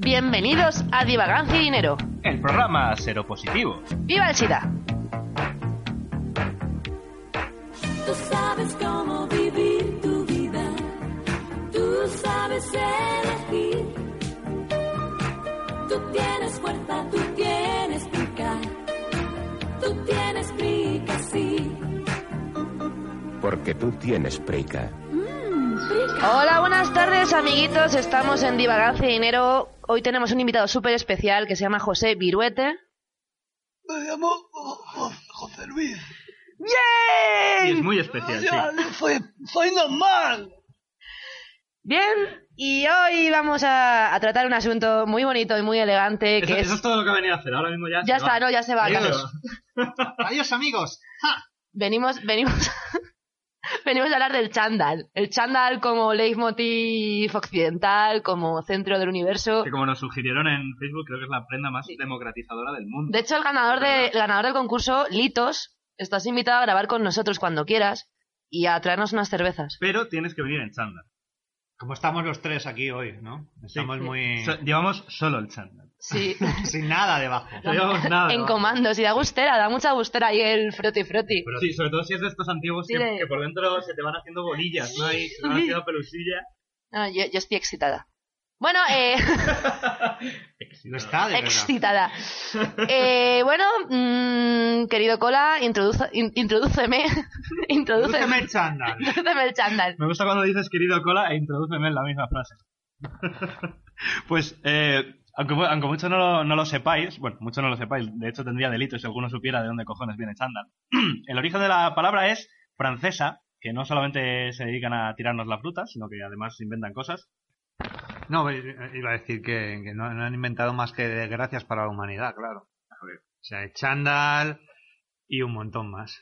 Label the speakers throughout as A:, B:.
A: Bienvenidos a Divagancia y Dinero.
B: El programa Cero Positivo.
A: ¡Viva el SIDA!
C: Tú sabes cómo vivir tu vida, tú sabes elegir. Tú tienes fuerza, tú tienes pica, tú tienes pica, sí.
D: Porque tú tienes prica.
A: Hola, buenas tardes, amiguitos. Estamos en Divagancia y Dinero. Hoy tenemos un invitado súper especial que se llama José Viruete.
E: Me llamo Jo- Jo- José Luis.
B: Y
A: ¡Bien!
B: es muy especial,
E: Ya,
B: sí.
E: soy, soy normal.
A: Bien. Y hoy vamos a, a tratar un asunto muy bonito y muy elegante
B: Eso,
A: que
B: eso
A: es...
B: es todo lo que ha venido a hacer. Ahora mismo ya.
A: Ya
B: se
A: está,
B: va.
A: no, ya se va. Carlos.
B: Adiós.
E: Adiós, amigos.
A: Venimos, venimos, venimos a hablar del chándal. El chándal como leitmotiv occidental, como centro del universo.
B: Que como nos sugirieron en Facebook, creo que es la prenda más democratizadora del mundo.
A: De hecho, el ganador, de, el ganador del concurso, Litos, estás invitado a grabar con nosotros cuando quieras y a traernos unas cervezas.
B: Pero tienes que venir en chándal.
F: Como estamos los tres aquí hoy, ¿no? Estamos
B: Sí.
F: muy...
B: So- llevamos solo el chándal.
A: Sí,
F: sin nada debajo.
B: No llevamos nada.
A: en
B: ¿no?
A: comandos. Y da gustera, da mucha gustera ahí el froti froti.
B: Pero sí, sobre todo si es de estos antiguos
A: Sí,
B: que,
A: de-
B: que por dentro se te van haciendo bolillas, ¿no? Y se te van haciendo pelusilla.
A: No, yo, yo estoy excitada. Bueno, eh,
F: Lo está, de verdad.
A: excitada. Eh, bueno, mm, querido Cola, introduza- in- introdúceme. introdúceme.
F: Úsame el chándal.
A: Introdúceme el chándal.
B: Me gusta cuando dices querido cola e introdúceme en la misma frase. pues, eh, aunque, mu- aunque mucho no lo, no lo sepáis, bueno, mucho no lo sepáis, de hecho tendría delito si alguno supiera de dónde cojones viene chándal. El origen de la palabra es francesa, que no solamente se dedican a tirarnos la fruta, sino que además inventan cosas.
F: No, i- iba a decir que, que no, no han inventado más que desgracias para la humanidad, claro. O sea, el chándal y un montón más.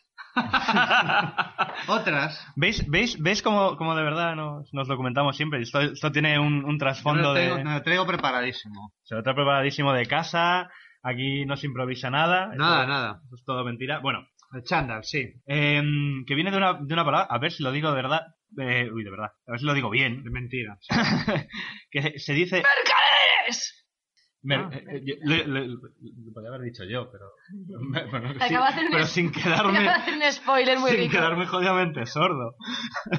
F: Otras.
B: ¿Veis, veis, veis cómo, cómo de verdad nos, nos documentamos siempre? Esto, esto tiene un, un
F: Fondo
B: trasfondo
F: lo traigo,
B: de...
F: me lo traigo preparadísimo.
B: Se lo trae preparadísimo de casa, aquí no se improvisa nada.
F: Nada,
B: esto-
F: nada.
B: esto es todo mentira. Bueno,
F: El chándal, sí.
B: Em, que viene de una, de una palabra, a ver si lo digo de verdad. eh, uy, de verdad, a ver si lo digo bien.
F: De mentira.
B: que se dice.
A: ¡Mercaderes!
B: Mer-
F: Ah.
B: eh, eh, yo- lo, lo- lo- lo podría haber dicho yo, pero. pero,
A: Te acabo de hacer un-
B: pero sin
A: Acabo de
B: quedarme.
A: hacer un spoiler muy
B: sin
A: rico.
B: quedarme jodidamente sordo.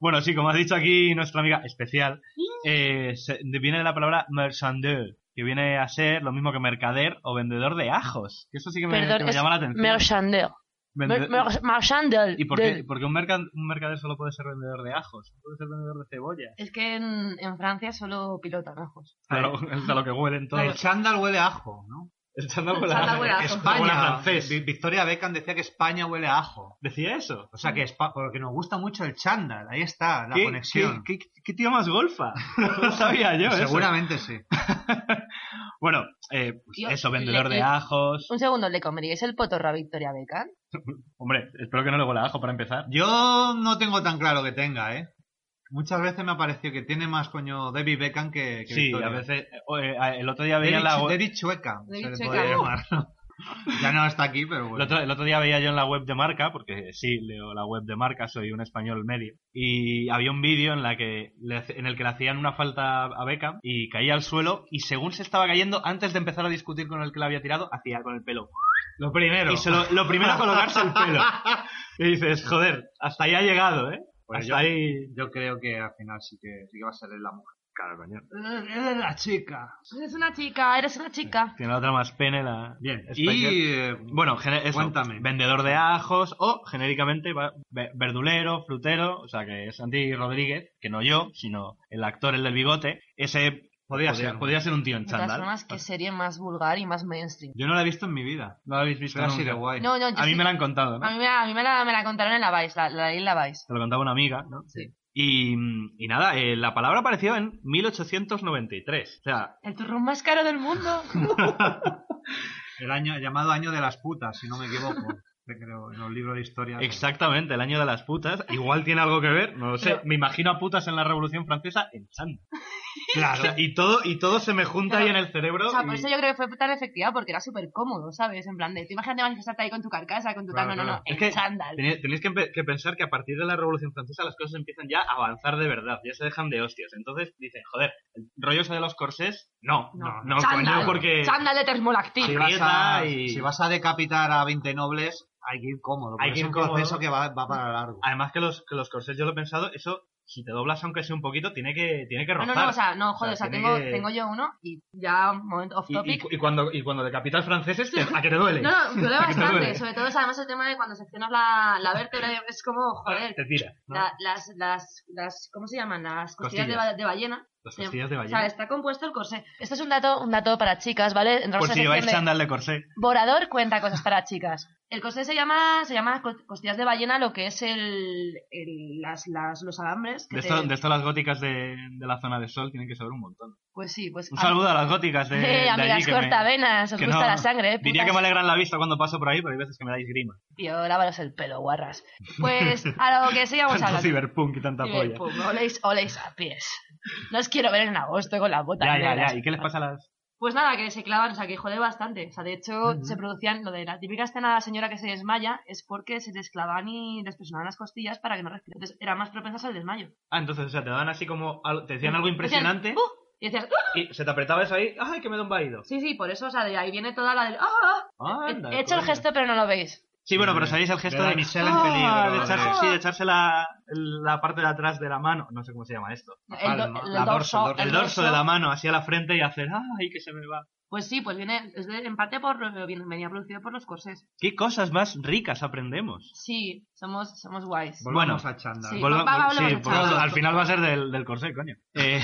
B: bueno, sí, como ha dicho aquí nuestra amiga especial, eh, se- de- viene de la palabra merchandeur, que viene a ser lo mismo que mercader o vendedor de ajos. Que eso sí que me,
A: Perdón,
B: que me
A: es
B: llama la atención.
A: Merchandel.
B: Vende-
A: Mer- mer- Merchandel.
B: ¿Y por qué?
A: del-
B: Porque un, mercan- un mercader solo puede ser vendedor de ajos, no puede ser vendedor de cebollas.
A: Es que en, en Francia solo pilotan ajos.
B: A lo, a lo que huelen
F: El
B: todos.
F: chándal huele a ajo, ¿no?
B: El chándal
A: El chándal huele a ajo.
B: España.
F: España.
B: francés.
F: Vi- Victoria Beckham decía que España huele a ajo.
B: Decía eso.
F: O sea que es pa- porque nos gusta mucho el chándal, ahí está la
B: ¿Qué-
F: conexión. Pues
B: ¿qué, qué, qué tío más golfa? No sabía yo eso.
F: Seguramente sí.
B: Bueno, eh, pues
A: Tío,
B: eso, vendedor
A: le-
B: de
A: le-
B: ajos.
A: Un segundo, ¿le comeríais el potorro a Victoria Beckham?
B: Hombre, espero que no le huela a ajo para empezar.
F: Yo no tengo tan claro que tenga, ¿eh? Muchas veces me ha parecido que tiene más coño David Beckham que, que
B: Sí,
F: Victoria.
B: a veces. eh, o, eh, a- el otro día veía
F: David,
B: en la web.
F: David Chueca, se
A: David
F: le
A: Chueca. Oh.
F: podría llamar. ya no está aquí, pero
B: El
F: bueno.
B: otro, el otro día veía yo en la web de marca, porque sí, leo la web de marca, soy un español medio, y había un vídeo en, la que le hace- en el que le hacían una falta a Beckham y caía al suelo y según se estaba cayendo, antes de empezar a discutir con el que la había tirado, hacía con el pelo.
F: Lo primero.
B: Y se lo, lo primero colocarse el pelo. Y dices, joder, hasta ahí ha llegado, ¿eh?
F: Pues
B: hasta
F: yo-
B: ahí...
F: Yo creo que al final sí que, sí que va a ser él la mujer. Claro, coño. Él es la chica.
A: Eres una chica, eres una chica.
B: Tiene la otra más pene, la...
F: Bien.
B: Español.
F: Y eh,
B: Bueno, gene- eso,
F: Cuéntame.
B: vendedor de ajos o genéricamente va- ve- verdulero, frutero, o sea que Santi Rodríguez, que no yo, sino el actor, el del bigote, ese podría,
F: Podría
B: podría ser,
F: ser.
B: un tío en
A: De todas
B: chándal.
A: formas, qué serie más vulgar y más mainstream.
F: yo no la he visto en mi vida.
B: No lo habéis visto
F: Pero así
B: nunca.
F: de guay.
A: No, no, yo
B: A mí
A: sí-
B: me lo han contado, ¿no?
A: a mí me la, a mí me la- me la contaron en la Vice, la, la leí en la Vice.
B: Te lo contaba una amiga, ¿no?
A: Sí.
B: Y, y nada, eh, la palabra apareció en 1893. O sea,
A: El turrón más caro del mundo.
F: El año llamado año de las putas, si no me equivoco. creo, en los libros de historia.
B: exactamente, el año de las putas. Igual tiene algo que ver, no lo sé.
A: Pero-
B: Me imagino a putas en la Revolución Francesa en chanda.
F: Claro.
B: O sea, y todo, y todo se me junta ahí en el cerebro.
A: O sea, por
B: y-
A: eso yo creo que fue tan efectiva, porque era súper cómodo, ¿sabes? En plan de, tú imagínate manifestarte ahí con tu carcasa, con tu
F: Claro,
A: tal, no, no,
F: claro.
A: no, en
B: Es que
A: chándal.
B: Tenéis tenéis que, empe- que pensar que a partir de la Revolución Francesa las cosas empiezan ya a avanzar de verdad, ya se dejan de hostias. Entonces dicen, joder, el rollo ese de los corsés, no, no,
A: No.
B: no,
A: chándal,
B: coño, porque
A: chándal de termolactín.
F: si,
B: Sí,
F: vas a,
B: aprieta y-
F: si vas a decapitar a 20 nobles, hay que ir cómodo.
B: Hay que
F: porque es
B: ir
F: un
B: cómodo.
F: proceso que va, va para largo.
B: además que los, que los corsés, yo lo he pensado, eso, si te doblas aunque sea un poquito, tiene que, tiene que
A: no,
B: rozar.
A: no, no, o sea, no, joder, o sea,
B: tiene
A: tengo,
B: que-
A: tengo yo uno y ya, moment off
B: y, y
A: topic.
B: cu- y cuando, y cuando decapitas franceses, te- ¿a que te duele?
A: No, no, duele bastante,
B: duele.
A: sobre todo, o sea, además el tema de cuando seccionas la, la vértebra, es como, joder,
B: Te tira. ¿no?
A: la- las, las, las, ¿cómo se llaman? Las costillas, de,
B: Costillas.
A: ba- de ballena.
B: Las
A: sí.
B: costillas de
A: O
B: ballena.
A: sea, está compuesto el corsé. Este es un dato, un dato para chicas, ¿vale? Entramos
B: Por
A: en
B: si
A: la
B: lleváis
A: sección de-
B: chándal de corsé.
A: Borador cuenta cosas para chicas. El corsé se llama, se llama co- costillas de ballena, lo que es el, el- las, las- los alambres. que
B: De
A: te-
B: esto, de esto las góticas de, de la zona de sol tienen que saber un montón.
A: Pues sí, pues.
B: Un
A: am-
B: saludo a las góticas de,
A: Eh,
B: de allí
A: amigas
B: que me-
A: cortavenas, os
B: que
A: gusta
B: no-
A: la sangre, eh,
B: Diría que
A: putas.
B: me alegran la vista cuando paso por ahí, pero hay veces que me dais grima.
A: Tío, lávaros el pelo, guarras. Pues a lo que sigamos
B: Tanto
A: hablando.
B: ciberpunk y tanta polla.
A: Ciberpunk, oléis, oléis a pies. No os quiero ver en agosto con las botas
B: Ya, ya,
A: negras.
B: ya. ¿Y qué les pasa a las...?
A: Pues nada, que se clavan, o sea, que jode bastante. O sea, de hecho,
F: Ujú.
A: se producían lo de la típica escena de la señora que se desmaya, es porque se les clavaban y les presionaban las costillas para que no respiraran. Entonces, eran más propensas al desmayo.
B: Ah, entonces, o sea, te daban así como... al- Te decían algo impresionante
A: Decían, "Uh", y decías, "Uh".
B: y se te apretaba eso ahí. ¡Ay, que me da un vaído!
A: sí, sí, por eso, o sea, de ahí viene toda la del. "Ah".
B: Anda,
A: He hecho el
B: coño.
A: gesto, pero no lo veis.
B: Sí, bueno, pero
F: De-
B: sabéis el gesto
F: de
B: de...
F: la Michelle
A: en
B: Ah,
F: peligro,
B: de echarse,
A: ¿no?
B: sí, de echarse la, la parte de atrás de la mano. No sé cómo se llama esto.
A: El, do-
F: palma,
A: el
F: la dorso,
A: dorso,
F: el
B: El Ah, dorso de la mano hacia la frente y hacer... ¡Ay, que se me va!
A: Pues sí, pues viene, es de- en parte por, viene- venía producido por los corsés.
B: ¿Qué cosas más ricas aprendemos?
A: Sí, somos, somos guays.
F: Volvamos
B: Bueno,
F: a chándal.
A: Sí. va-
B: Volva-
A: va-
B: Pues sí,
A: volvemos a
B: por-
A: charlar.
B: al final va a ser del, del corsé, coño. Eh,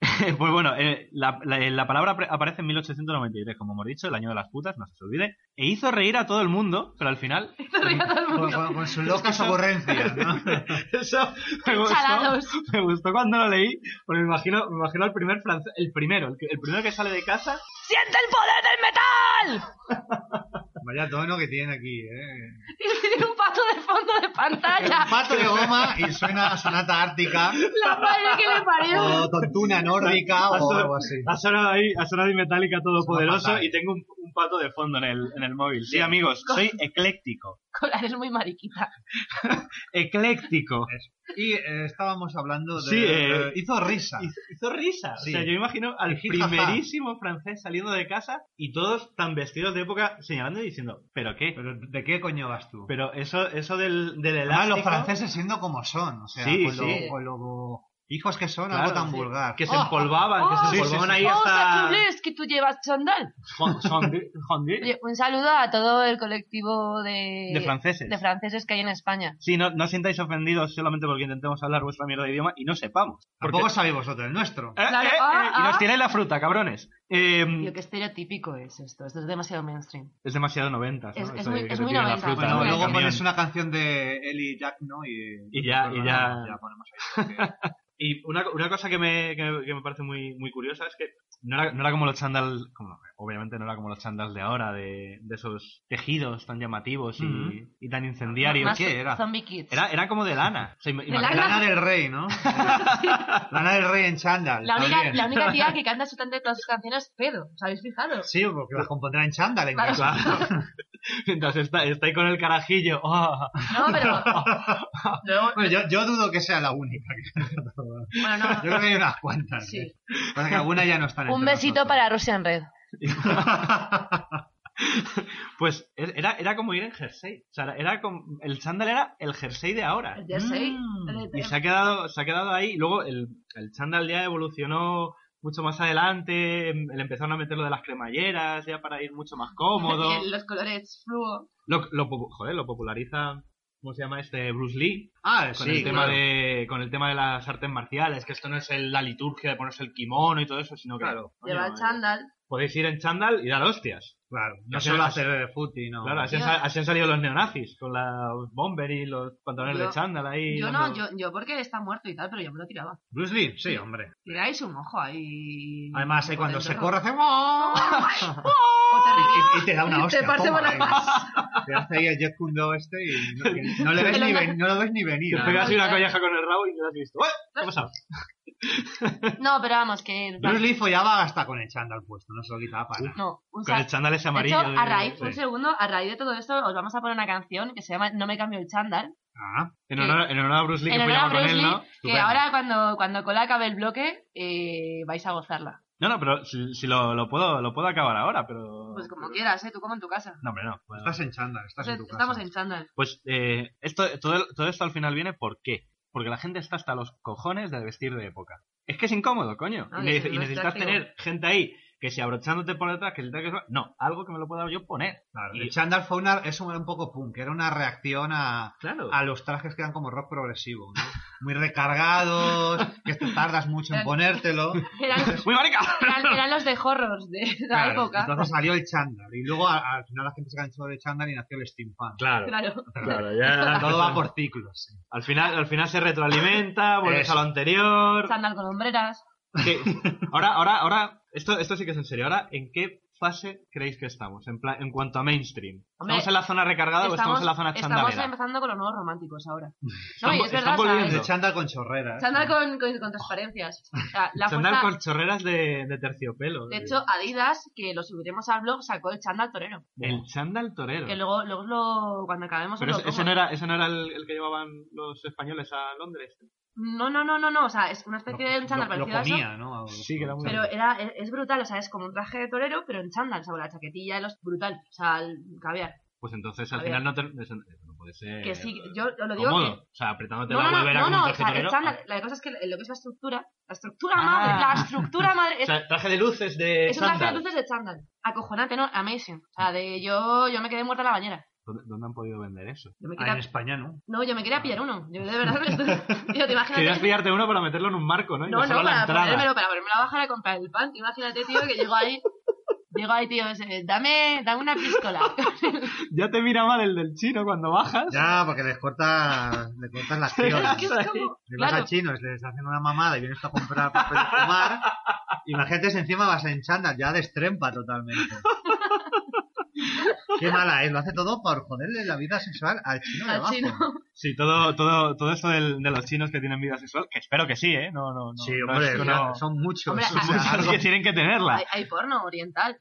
B: pues bueno, eh, la, la- la palabra pre- aparece en 1893, como hemos dicho, el año de las putas, no se os olvide. E hizo reír a todo el mundo, pero al final...
A: Se ríe todo el
F: Con,
A: mundo.
F: con- con sus locas ocurrencias, ¿no?
B: Eso me gustó,
A: Chalados.
B: me gustó cuando lo leí, porque me imagino, me imagino el primer francés, el primero, el, que- el primero que sale de casa.
A: ¡Siente el poder del metal!
F: Vaya tono que tiene aquí, ¿eh?
A: Y tiene un pato de fondo de pantalla.
F: Pato de goma y suena a sonata ártica
A: La madre que le parió.
F: o tontuna nórdica o
B: son-
F: algo así.
B: Ha sonado ahí, ha sonado ahí Metallica todopoderoso
F: fatal.
B: y tengo un, un pato de fondo en el, en el móvil. Sí, amigos, soy ecléctico.
A: Colar es muy mariquita.
B: Ecléctico.
F: Y eh, estábamos hablando de...
B: Sí, eh,
F: hizo risa.
B: Hizo, hizo risa.
F: Sí.
B: O sea, yo imagino al
F: Jijaja.
B: primerísimo francés saliendo de casa y todos tan vestidos de época señalando y diciendo, ¿pero qué?
F: Pero ¿de qué coño vas tú?
B: Pero eso, eso del, del elástico...
F: Además, los franceses siendo como son, o sea,
B: Sí,
F: con, lo- pues
B: sí.
F: con lo hijos que son,
B: Claro,
F: algo tan
B: sí.
F: vulgar.
B: Que se empolvaban, que
A: Oh, sí,
B: se empolvaban ahí
A: ¡Oh,
B: hasta...
A: Hercules, que tú llevas chándal!
B: Son- son de- son de-
A: Oye, un saludo a todo el colectivo de,
B: de franceses.
A: de franceses que hay en España.
B: Sí, no, no os sintáis ofendidos solamente porque intentemos hablar vuestra mierda de idioma y no sepamos. Porque-
F: Tampoco sabéis vosotros el nuestro.
B: Eh,
A: Claro,
B: eh,
A: ah,
B: eh, y nos
A: ah.
B: tiráis la fruta, cabrones. Eh,
A: Tío, qué estereotípico es esto. Esto es demasiado mainstream.
B: es demasiado noventas, ¿no?
A: Es- es
B: Eso de
A: muy-
B: que
A: es
B: te
A: muy
B: tiren la
A: noventas,
B: fruta
A: muy
F: Bueno,
B: del
F: luego
B: camión.
F: pones una canción de Eli Jack, ¿no? Y, pues
B: Y ya- y ya-
F: ya ponemos ahí. porque-
B: Y una, una cosa que me, que, me- que me parece muy, muy curiosa es que no era, no era como los chándal, como- obviamente no era como los chándal de ahora, de, de esos tejidos tan llamativos y,
F: Ujú.
B: y tan incendiarios.
A: Más
F: qué era?
A: Zombie Kids.
B: Era, era como de lana. O sea, ima-
A: De
B: imagina-
A: lana.
F: Lana del Rey, ¿no? Lana del Rey en chándal.
A: la, única,
F: también.
A: la única tía que canta su tante de todas sus canciones, pedo. ¿Os habéis fijado?
F: Sí, porque la compondrá en chándal en
A: Claro.
F: casa.
B: Claro. Mientras está, está ahí con el carajillo. ¡ah!
A: No, pero. Luego-
F: Bueno, yo, yo dudo que sea la única.
A: bueno, no, no.
F: Yo creo que hay unas cuantas.
A: Sí.
F: ¿eh? Pasa que algunas ya no están
A: Un
F: entre
A: besito
F: nosotros.
A: para Russian Red.
B: Pues e- era, era como ir en jersey. O sea, era- era como, el chándal era el jersey de ahora.
A: El jersey.
F: Mm.
A: El-
B: Y se ha quedado, se ha quedado ahí. Y Luego el, el chándal ya evolucionó mucho más adelante. em, Le empezaron a meter lo de las cremalleras ya para ir mucho más cómodo.
A: el- Los colores fluo.
B: Lo, lo popu- joder, lo populariza. ¿Cómo se llama este? Bruce Lee.
F: Ah,
B: Con,
F: sí,
B: el tema
F: claro.
B: de, con el tema de las artes marciales. Que esto no es el- la liturgia de ponerse el kimono y todo eso, sino que.
F: Claro.
B: coño,
A: Lleva
B: eh,
A: el chándal.
B: podéis ir en chándal y dar hostias.
F: Claro,
B: No
F: no
B: sé
F: solo
B: más.
F: hacer de footy, no.
B: Claro, así han,
A: Yo-
B: sa- así han salido los neonazis, con la bomber y los pantalones
A: Yo-
B: de chándal ahí.
A: Yo no,
B: dando-
A: yo, yo porque está muerto y tal, pero yo me lo tiraba.
F: Bruce Lee, sí, hombre.
A: Tiráis un ojo ahí.
F: Además, eh,
A: por
F: cuando
A: dentro.
F: se corre hace...
A: O oh, te
F: Y, y- y te da una
A: Y te
F: hostia.
A: parte
F: toma,
A: por
F: eh.
A: la-
F: venga. Te hace ahí el Jeff Kundo este y no, que no le ves
A: Te lo
F: ni
A: encaja-
F: ven- no lo ves ni venir.
B: Te pegas
F: además.
B: ahí una colleja con el rabo y no lo has visto. ¡Ué! ¿Qué ha pasado?
A: No, pero vamos, que.
F: Bruce Lee follaba hasta con el chándal puesto, no se lo quitaba para nada.
A: No, un
B: Con el
A: sa-
B: chándal
A: De
B: ese
A: hecho,
B: amarillo. de-
A: a raíz, un
B: sí.
A: segundo, a raíz de todo esto, os vamos a poner una canción que se llama No me cambio el chándal.
F: Ah,
B: en, honor, en honor a Bruce Lee,
A: en
B: que
A: honor a
B: follaba con
A: Bruce
B: él,
A: Lee,
B: ¿no?
A: que
B: Estupendo.
A: ahora cuando, cuando Cola acabe el bloque, eh, vais a gozarla.
B: No, no, pero si, si lo, lo puedo, lo puedo acabar ahora, pero...
A: Pues como quieras, ¿eh? Tú como en tu casa.
B: No, hombre, no. Bueno.
F: estás en chándal, estás en tu casa.
A: Estamos en chándal.
B: Pues eh, esto, todo, todo esto al final viene ¿por qué? Porque la gente está hasta los cojones de vestir de época. Es que es incómodo, coño.
A: Ah,
B: y, ne-
A: que si
B: y
A: no es
B: necesitas
A: práctico.
B: tener gente ahí que si abrochándote por detrás, que si tal, que eso- No, algo que me lo pueda yo poner.
F: Claro,
B: Y-
F: el chándal fue una, es un, un poco punk, era una reacción a,
B: Claro.
F: a los trajes que eran como rock progresivo, ¿no? muy recargados, que te tardas mucho en
A: Eran-
F: ponértelo.
A: Eran,
B: ¡Muy marica!
A: eran- eran los de horrors de la
F: Claro,
A: época.
F: Entonces salió el chándal y luego a- al final la gente se cansó del chándal y nació el steampunk.
B: Claro,
A: Claro.
B: claro, ya.
F: Todo va por ciclos.
B: Al final, al final se retroalimenta, vuelves
F: Eso.
B: a lo anterior.
A: Chándal con hombreras.
B: ¿Qué? Ahora, ahora, ahora, esto, esto sí que es en serio. Ahora, ¿en qué fase creéis que estamos? En, plan, en cuanto a mainstream.
A: Hombre,
B: ¿Estamos en la zona recargada o estamos en la zona
A: estamos
B: chandalera?
A: empezando con los nuevos románticos ahora. No,
B: Están
A: y
B: vo-
A: es
B: están
A: verdad, o sea,
B: volviendo.
F: El chándal con chorreras.
A: chándal con, con, con transparencias. O sea, la
B: Chándal
A: fuerza-
B: con chorreras de, de terciopelo.
A: De hecho, Adidas, que lo subiremos al blog, sacó el chándal torero.
B: el chándal torero.
A: Que luego, luego lo, cuando acabemos...
B: Pero
A: os
B: es-
A: lo
B: ese
A: pongo.
B: no era, ese no era el, el que llevaban los españoles a Londres.
A: No, no, no, no, no, o sea, es una especie de un chándal
F: lo, lo
A: parecido a eso,
F: comía, ¿no?
B: Sí, que era muy
A: Pero era, es, es brutal, o sea, es como un traje de torero, pero en chándal, o sea, con la chaquetilla, los, brutal, o sea, el caviar.
B: Pues entonces al
A: A
B: final no, te, eso no puede ser.
A: Que sí, yo lo digo
B: Eh, cómodo.
A: que...
B: O sea, apretándote
A: No,
B: la
A: no, no,
B: huevera
A: no,
B: como
A: no,
B: un
A: o sea,
B: traje
A: el
B: torero.
A: chándal, la cosa es que lo que es la estructura, la estructura
B: Ah.
A: madre, la estructura madre,
B: O
A: es,
B: sea, traje de luces de
A: es un traje de
B: chándal.
A: luces de chándal. Acojonante, ¿no? Amazing. O sea, de yo, yo me quedé muerta en la bañera.
B: ¿Dónde dónde han podido vender eso?
A: Yo me
F: Ah, en
A: quería,
F: España, ¿no?
A: no, yo me quería pillar uno. Yo de verdad me estoy... Yo te
B: Ah. Querías
A: imaginas...
B: pillarte uno para meterlo en un marco, ¿no? Y
A: No,
B: dejarlo
A: no,
B: a
A: para
B: la entrada.
A: ponérmelo, para ponerme la bajar a comprar el pan. Imagínate, tío, que llego ahí. Llego ahí, tío, ese, dame, dame una pistola.
B: Ya te mira mal el del chino cuando bajas.
F: Ya, porque les cortas, le cortas las
A: Pero
F: piernas.
A: que es como-
F: Le vas
A: Claro.
F: a chinos, les hacen una mamada y vienes tú a comprar papel de fumar. Imagínate si encima vas en chándal, ya destrempa totalmente. Qué mala es, lo hace todo por joderle la vida sexual al chino de
A: Al
F: abajo.
A: chino.
B: Sí, todo, todo, todo eso del- de los chinos que tienen vida sexual, que espero que sí, ¿eh? No, no, no.
F: Sí,
B: no
F: hombre,
B: es que
F: ya
B: no-
F: son muchos.
A: Hombre,
F: o sea,
B: muchos
F: algo-
B: que tienen que tenerla.
A: Hay, hay porno oriental.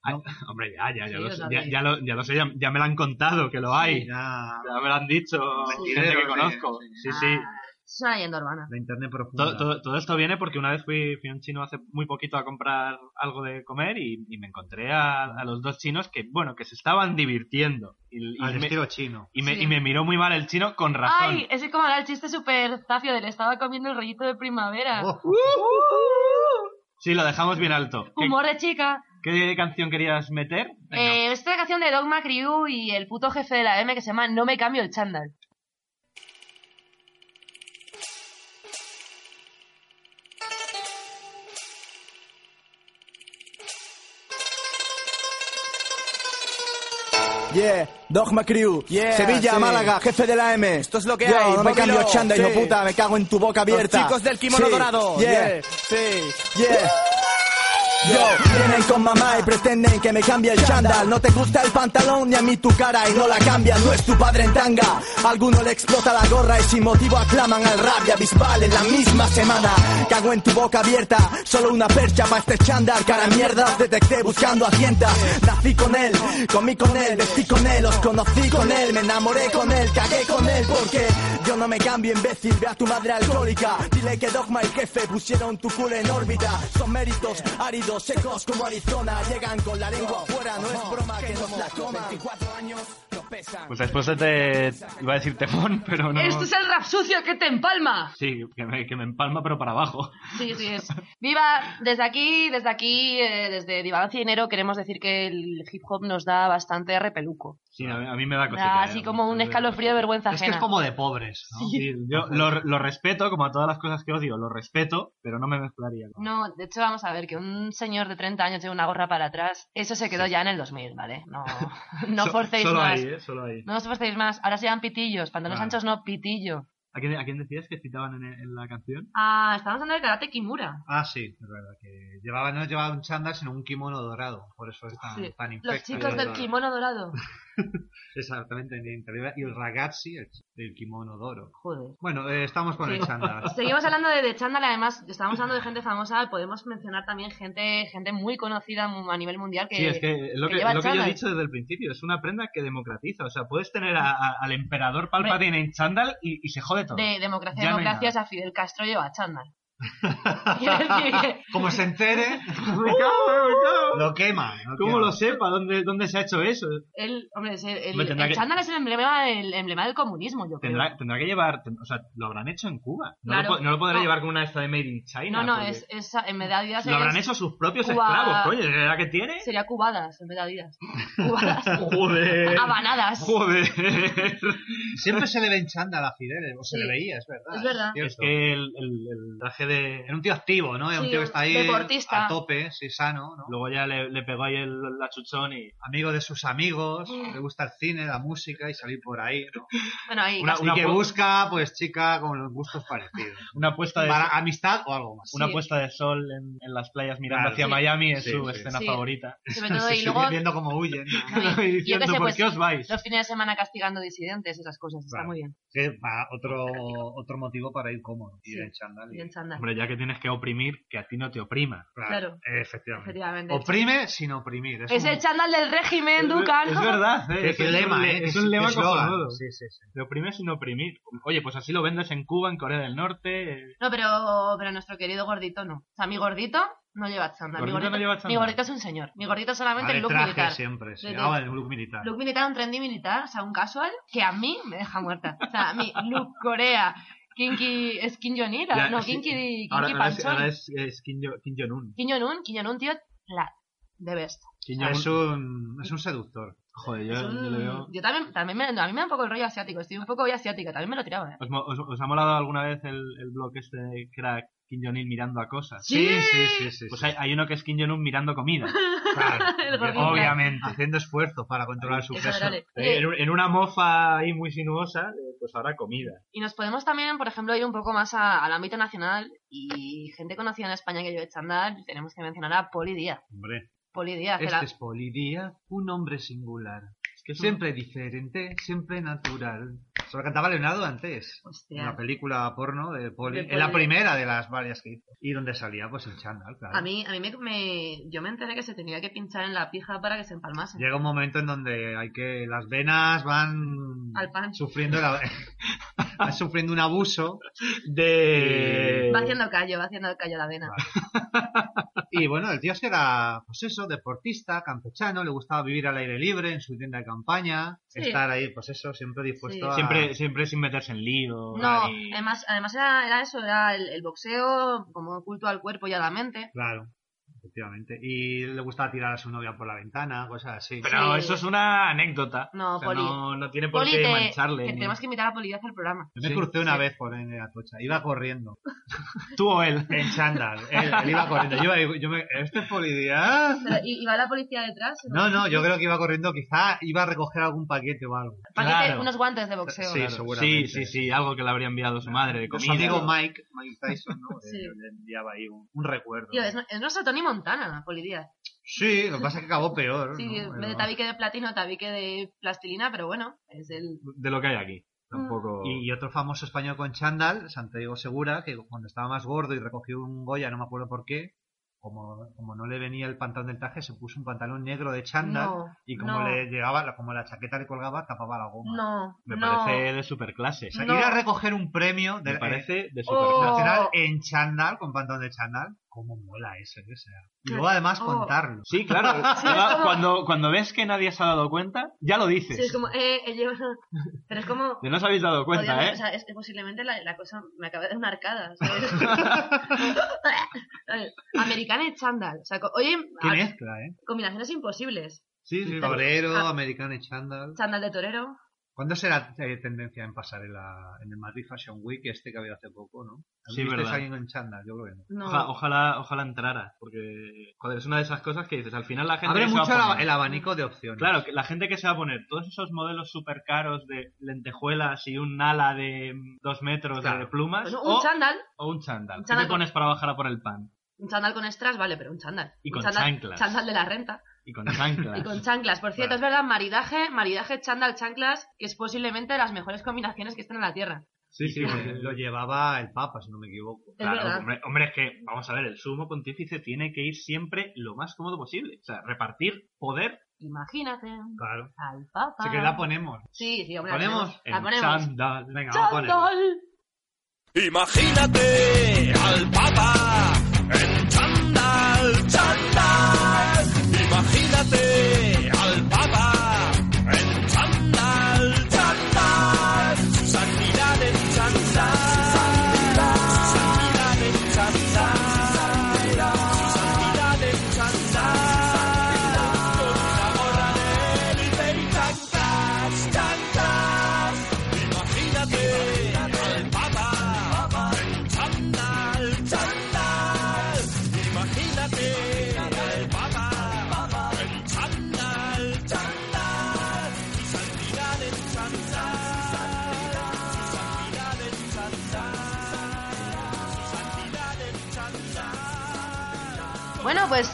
B: Hombre, ya, ya, ya,
A: Sí,
B: lo,
A: lo
B: sé, ya,
A: sabéis.
B: ya lo, ya lo sé, ya, ya me lo han contado, que lo hay. ya.
F: ya,
B: me lo han dicho gente
F: Mentidero,
B: que
F: sí,
B: conozco. Sí, sí.
A: Es una leyenda urbana.
F: la internet profunda.
B: Todo, todo- todo esto viene porque una vez fui, fui a un chino hace muy poquito a comprar algo de comer y, y me encontré a, a los dos chinos que, bueno, que se estaban divirtiendo. Y, y
F: al
B: me,
F: estilo chino.
B: y me-
A: Sí.
B: y me miró muy mal el chino con razón.
A: Ay, ese es como era el chiste súper zafio del estaba comiendo el rollito de primavera.
F: Oh,
B: Sí, lo dejamos bien alto. ¿Qué,
A: uh. Humor de chica.
B: qué canción querías meter? Venga.
A: Eh, esta es la canción de Dogma Crew y el puto jefe de la M que se llama No me cambio el chándal.
G: Yeah, Dogma Crew,
H: Yeah,
G: Sevilla,
H: sí.
G: Málaga, jefe de la M.
H: Esto es lo que
G: Yo,
H: hay,
G: no me
H: móvilo,
G: cambio chanda,
H: sí.
G: hijo puta, me cago en tu boca abierta.
H: Los chicos del kimono
G: Sí,
H: dorado.
G: Yeah,
H: sí.
G: yeah. Yo, vienen con mamá y pretenden que me cambie el chándal No te gusta el pantalón ni a mí tu cara y no la cambian No es tu padre en tanga Alguno le explota la gorra y sin motivo aclaman al rabia bisbal en la misma semana Cago en tu boca abierta, solo una percha para este chándal Cara mierdas detecté buscando a tientas Nací con él, comí con él, vestí con él, os conocí con él Me enamoré con él, cagué con él porque yo no me cambio imbécil Ve a tu madre alcohólica, dile que Dogma y Jefe pusieron tu culo en órbita Son méritos áridos, secos como Arizona Llegan con la lengua afuera, no es broma que nos la coman 24 años, no pesan.
B: Pues después de te... Iba a decir tefón, pero no...
A: Este es el rap sucio que te empalma.
B: Sí, que me, que me empalma, pero para abajo.
A: Sí, sí es. Viva, desde aquí, desde aquí, eh, desde Divagancia y Dinero, queremos decir que el hip hop nos da bastante repeluco.
B: Sí, a mí, a mí me da
A: Da
B: cosita. eh.
A: así como un escalofrío de vergüenza
F: Es que es
A: ajena.
F: como de pobres, ¿no?
B: Sí, yo lo, lo respeto, como a todas las cosas que odio, lo respeto, pero no me mezclaría. con-
A: No, de hecho, vamos a ver, que un señor de 30 años lleve una gorra para atrás, eso se quedó ya en el 2000, ¿vale? No, no
B: So-
A: forcéis
B: solo
A: más.
B: ahí, ¿eh? Solo ahí.
A: No os forcéis más. Ahora se llaman pitillos. Pantalones
F: Ah.
B: Claro.
A: anchos no, pitillo.
B: ¿A, quién, a quién decías que citaban en, en la canción?
A: Ah, estamos hablando de karate Kimura.
F: Ah, sí, es verdad. Que llevaba, no llevaba un chándal, sino un kimono dorado. Por eso es tan,
A: Sí.
F: tan
A: Los
F: infecto.
A: chicos del kimono dorado.
F: Exactamente, en interior. Y el ragazzi, el chico del kimono doro.
A: Joder.
F: Bueno, eh, estamos con el
A: Sí.
F: chándal.
A: Seguimos hablando de, de chándal, además estamos hablando de gente famosa, podemos mencionar también gente gente muy conocida mu- a nivel mundial que...
B: sí, es que es lo
A: que
B: que,
A: lleva
B: lo que yo he
A: chándal.
B: dicho desde el principio, es una prenda que democratiza. O sea, puedes tener a- a- al emperador Palpatine en chándal y, y se jode todo.
A: De democracia
B: Ya
A: a
B: no hay
A: democracia, o sea, Fidel Castro lleva chándal. Quiero decir que-
F: Como se entere,
B: Me cago, me cago.
F: lo quema.
B: ¿Cómo lo sepa? ¿Dónde, ¿Dónde se ha hecho eso?
A: el, hombre, es el, el-
B: Hombre, tendrá
A: el
B: que-
A: chándal es el emblema, el emblema del comunismo, yo creo.
B: Tendrá, tendrá que llevar, ten- o sea, lo habrán hecho en Cuba. No,
A: Claro.
B: lo, po- no lo podrá
A: No.
B: llevar con una esta de Made in China.
A: No, no,
B: porque
A: es, es- en vez de Adidas
B: Lo habrán
A: es-
B: hecho sus propios
A: Cuba-
B: esclavos, coño, ¿de verdad que tiene?
A: sería cubadas en vez de Adidas. Cubadas.
B: Joder.
A: Ah, Habanadas.
B: Joder.
F: Siempre se le ve en chándal a Fidel, o se
A: Sí.
F: le veía, es verdad.
A: Es verdad.
F: cierto.
B: Es que el, el- el traje de.
F: Era un tío activo, ¿no? Era un
A: Sí,
F: tío que está ahí
A: deportista.
F: a tope, sí, sano, ¿no?
B: Luego ya le, le pegó ahí el, el achuchón y.
F: Amigo de sus amigos,
A: Mm.
F: le gusta el cine, la música y salir por ahí, ¿no?
A: Bueno, ahí.
B: Una-
F: y
B: una
F: que
B: po-
F: busca, pues, chica con los gustos parecidos.
B: Una puesta de,
F: Para amistad o algo más.
B: una
A: Sí.
B: puesta de sol en, en las playas mirando
F: Claro.
B: hacia
A: Sí.
B: Miami es
F: Sí,
B: su
F: sí.
B: escena
A: Sí.
B: favorite.
A: sobre todo, y
F: Sí,
A: luego
F: Viendo cómo huyen. ¿no?
A: Yo qué
B: Diciendo,
A: sé,
B: ¿por
A: pues,
B: qué os vais?
A: los fines de semana castigando disidentes, esas cosas, está
F: Claro.
A: muy bien.
F: Que va, otro, otro motivo para ir cómodo. Ir
A: Sí.
F: en chándal. y-
A: Bien chándal.
B: Hombre, ya que tienes que oprimir, que a ti no te oprima.
A: Claro.
F: Efectivamente.
A: Efectivamente.
F: Oprime sin oprimir. Es,
A: Es
F: un-
A: el chándal del régimen, Ducan.
B: Es verdad, eh,
F: que-
B: es,
F: que
B: un
F: lema,
B: le-
F: ¿eh?
B: es
F: Que
B: un lema
F: eslogan.
B: cojonudo.
F: Sí, sí, sí.
B: Te oprimes sin oprimir. Oye, pues así lo vendes en Cuba, en Corea del Norte. eh.
A: No, pero, pero nuestro querido gordito no. O sea, mi gordito no lleva chándal. Mi
B: ¿Gordito no lleva chándal?
A: mi gordito es un señor. Mi gordito solamente
F: Va
A: el
F: de
A: look
F: traje
A: militar.
F: siempre. Sí.
A: De- de-
F: Ah, vale, el look militar.
A: Look militar, un trendy militar, o sea, un casual, que a mí me deja muerta. O sea, mi look Corea, Kinky, es Kim Jong-il,
B: Ya,
A: no,
B: sí.
A: Kinky, Kinky
B: Ahora, ahora es,
A: Panchón.
B: ahora es- es Kim Jo- Kim Jong-un.
A: Kim Jong-un, Kim Jong-un, tío, la, de best.
B: Kim Jong-un-
F: Ah, Es un, es un seductor.
B: Joder, yo,
A: Es
B: yo le veo-
A: un- Yo también, también me, a mí me da un poco el rollo asiático, estoy un poco hoy asiática, también me lo tiraba, ¿eh?
B: ¿Os, mo- os- os ha molado alguna vez el, el blog este que era Kim Jong-il mirando a cosas?
A: Sí.
F: sí, sí. sí, sí,
B: Pues
F: sí.
B: hay, hay uno que es Kim Jong-un mirando comida.
F: Claro.
A: El gordito.
F: Obviamente. Haciendo esfuerzo para controlar su
A: Eso
F: peso.
A: era de-
B: Eh, en, un- en una mofa ahí muy sinuosa, eh, pues ahora comida.
A: Y nos podemos también, por ejemplo, ir un poco más a- al ámbito nacional y gente conocida en España que lleve chándal, tenemos que mencionar a Poli Díaz.
F: Hombre.
A: Poli Díaz, que la- Mm.
F: Este es Polidía, un hombre singular.
B: Es que es un-
F: Siempre diferente, siempre natural. Se lo cantaba Leonardo antes.
A: Hostia.
F: Una ¿eh? película porno de Poli.
A: De
F: Es la
A: Poli.
F: primera de las varias que hizo. Y donde salía, pues en chándal, claro.
A: A mí, a mí me, me- yo me enteré que se tenía que pinchar en la pija para que se empalmase.
F: Llega un momento en donde hay que las venas van
A: Al pan.
F: sufriendo la- van sufriendo un abuso
B: De...
A: Va haciendo callo, va haciendo callo la vena.
F: y bueno el tío es que era pues eso deportista campechano le gustaba vivir al aire libre en su tienda de campaña
A: Sí.
F: estar ahí pues eso siempre dispuesto
A: Sí.
F: a
B: Siempre, siempre sin meterse en lío.
A: No,
B: ni-
A: además, además era, era eso, era el, el boxeo como culto al cuerpo y a la mente.
F: claro efectivamente y le gustaba tirar a su novia por la ventana cosas así
B: Pero
A: Sí.
B: eso es una anécdota.
A: No,
B: O sea,
A: Poli.
B: no, no tiene por
A: Poli,
B: qué
A: te-
B: mancharle.
A: que
B: ni-
A: tenemos que invitar a Poli Díaz al programa.
F: Yo me
B: Sí.
F: crucé una vez por en la tocha iba corriendo
B: Tú o él.
F: en chándal él, él iba corriendo yo, iba- yo me, este es Polidía
A: Pero, ¿y, y va la policía detrás?
F: No, no, yo creo que iba corriendo, quizá iba a recoger algún paquete o algo.
A: Paquete,
B: claro.
A: unos guantes de boxeo.
F: Sí,
B: Sí,
F: seguramente.
B: sí, sí, algo que le habría enviado su madre de
F: Su
B: comida.
F: amigo Mike, Mike Tyson, ¿no?
A: Sí.
F: Le, le enviaba ahí un, un recuerdo.
A: Tío, es, es nuestro Tony Montana, Poli Díaz.
F: Sí, lo que pasa es que acabó peor.
A: Sí,
F: ¿no?
A: en vez de
F: Pero-
A: tabique de platino, tabique de plastilina, pero bueno, es el...
B: De lo que hay aquí.
A: Mm.
B: Tampoco.
F: Y, y otro famoso español con chándal, Santiago Segura, que cuando estaba más gordo y recogió un Goya, no me acuerdo por qué, como, como no le venía el pantalón del traje, se puso un pantalón negro de chándal
A: No,
F: y como
A: no.
F: le llegaba, la- como la chaqueta le colgaba, tapaba la goma.
A: No,
B: me
A: no.
B: parece de superclase.
F: O sea,
A: no.
F: ir a recoger un premio eh,
B: Me
F: del
B: parece de
A: Oh.
B: superclase.
F: nacional en chándal, con pantalón de chándal. cómo mola eso, ¿eh? o sea. Y luego además
A: Oh.
F: contarlo.
B: Sí, claro.
A: Sí, es
B: Además,
A: como-
B: cuando, cuando ves que nadie se ha dado cuenta, ya lo dices.
A: Sí, es como, eh, eh, lleva- Pero es como.
B: De no os habéis dado cuenta,
A: Podríamos-
B: ¿eh?
A: O sea, es que posiblemente la, la cosa me acaba de dar una arcada. ¿sabes? Americana y chándal. O sea, co- oye,
F: Qué
A: a-
F: mezcla, ¿eh?
A: combinaciones imposibles.
F: Sí, sí. Torero, americano y chándal.
A: Chándal de torero.
F: ¿Cuándo será eh, tendencia en pasarela en el Madrid Fashion Week este que ha habido hace poco, no?
B: Sí,
F: ¿Visteis
B: verdad.
F: a alguien en chándal? Yo creo que no.
A: No.
B: Oja- ojalá, ojalá entrara, porque joder, es una de esas cosas que dices, al final la gente
F: Abre
B: que se va
F: mucho
B: a
F: el ab-
B: poner-
F: el abanico de opciones.
B: Claro, que la gente que se va a poner todos esos modelos súper caros de lentejuelas y un ala de mm, dos metros de
F: Claro.
B: plumas
A: Pues
B: o,
A: un chándal.
B: o un chándal.
A: un
B: ¿Qué
A: chándal
B: te
A: con-
B: pones para bajar a por el pan?
A: Un chándal con strass, vale, pero un chándal.
B: Y
A: un
B: con
A: chándal,
B: chanclas.
A: chándal de la renta.
B: Y con chanclas.
A: Y con chanclas. Por cierto,
B: Claro.
A: es verdad, maridaje, maridaje, chándal, chanclas, que es posiblemente de las mejores combinaciones que están en la Tierra.
B: Sí, sí,
F: Eh,
B: porque-
F: lo llevaba el Papa, si no me equivoco.
A: Es verdad.
B: Claro, hombre, hombre, es que, vamos a ver, el sumo pontífice tiene que ir siempre lo más cómodo posible. O sea, repartir poder
A: Imagínate
F: Claro.
A: al papa.
F: Así que la ponemos.
A: Sí, sí, hombre,
F: ¿Ponemos?
A: Ah. La
B: en
A: ponemos. La ponemos.
B: chándal.
F: Venga, vamos a ponerlo.
A: ¡Chándal!
G: Imagínate al Papa en chandal, chandal. Imagínate al Papa en chandal, chandal. Su santidad en chandal. Su santidad en chandal. Su santidad en chandal. Con una gorra de élite y chanclas, chanclas. Imagínate al Papa en chandal, chandal. Imagínate al Papa en chandal, chandal. Su santidad en chandal, su santidad en chandal, su santidad en chandal.
A: Bueno, pues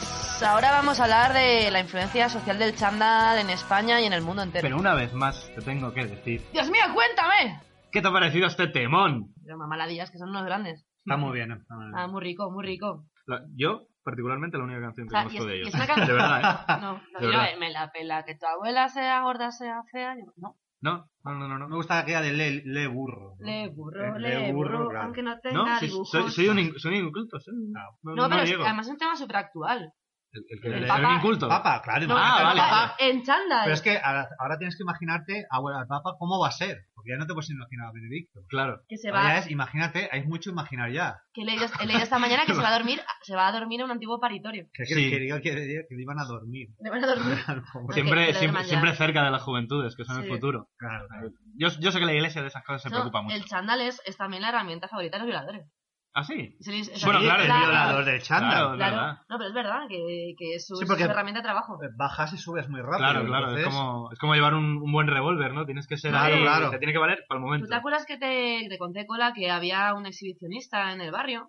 A: ahora vamos a hablar de la influencia social del chándal en España y en el mundo entero.
B: Pero una vez más te tengo que decir,
A: ¡Dios mío, cuéntame!
B: ¿qué te ha parecido este temón?
A: Pero mamaladillas que son unos grandes.
F: Está muy bien. está muy bien.
A: Ah, muy rico, muy rico.
B: La- yo, particularmente, la única canción que
A: O sea,
B: conozco
A: y es-
B: de
A: y
B: ellos.
A: es una can-
B: De verdad, ¿eh?
A: No, no,
B: De
A: yo,
B: verdad.
A: eh, me la pela, que tu abuela sea gorda, sea fea. yo- no,
B: No, no, no, no. no.
F: Me gusta aquella de Le, Le Burro. ¿no?
A: le burro,
F: Eh,
A: le, burro,
F: claro.
A: aunque no tenga
B: No, sí,
A: dibujos.
B: soy, soy un, in- soy un inculto. soy un-
F: Ah.
B: no,
A: no,
B: no
A: pero es-
B: llego.
A: además es un tema súper actual.
B: el, el que
F: el
B: soy
F: Papa-
B: un inculto.
F: Papa, claro.
B: No,
F: imagínate
B: ah,
F: al
B: vale,
F: Papa.
B: vale.
A: En chándal.
F: Pero es que ahora, ahora tienes que imaginarte abuela al Papa cómo va a ser. Porque ya no te puedes imaginar a Benedicto.
B: Claro.
A: que se
F: Ahora
A: va,
F: ya es, imagínate, hay mucho imaginar ya.
A: que he leído, he leído esta mañana que se va a dormir, se va a dormir en un antiguo paritorio.
F: Que,
B: Sí.
F: que, que, que- que le iban a dormir.
A: Le van a dormir.
F: Claro, pobre.
A: que
B: Siempre,
A: lo
B: siempre,
A: duerman ya.
B: siempre cerca de las juventudes, que son el
A: Sí.
B: futuro.
F: Claro, claro.
B: Yo, yo sé que la iglesia de esas cosas se
A: No,
B: preocupa mucho.
A: El chándal es, es también la herramienta favorita de los violadores.
B: ¿Ah, sí?
A: Es el- es
B: Bueno,
A: el-
B: claro,
F: el
B: la-
F: violador del
B: Claro,
F: chándal.
B: es
A: claro.
B: verdad.
A: No, pero es verdad que, que es su,
F: Sí, porque-
A: su herramienta de trabajo.
F: Bajas y subes muy rápido.
B: Claro, claro.
F: entonces-
B: Es, como, es como llevar un, un buen revólver, ¿no? Tienes que ser
F: Claro,
B: ahí,
F: claro.
B: Te tiene que valer para el
A: ¿Tú
B: momento.
A: te acuerdas que te, te conté, Cola, que había un exhibicionista en el barrio?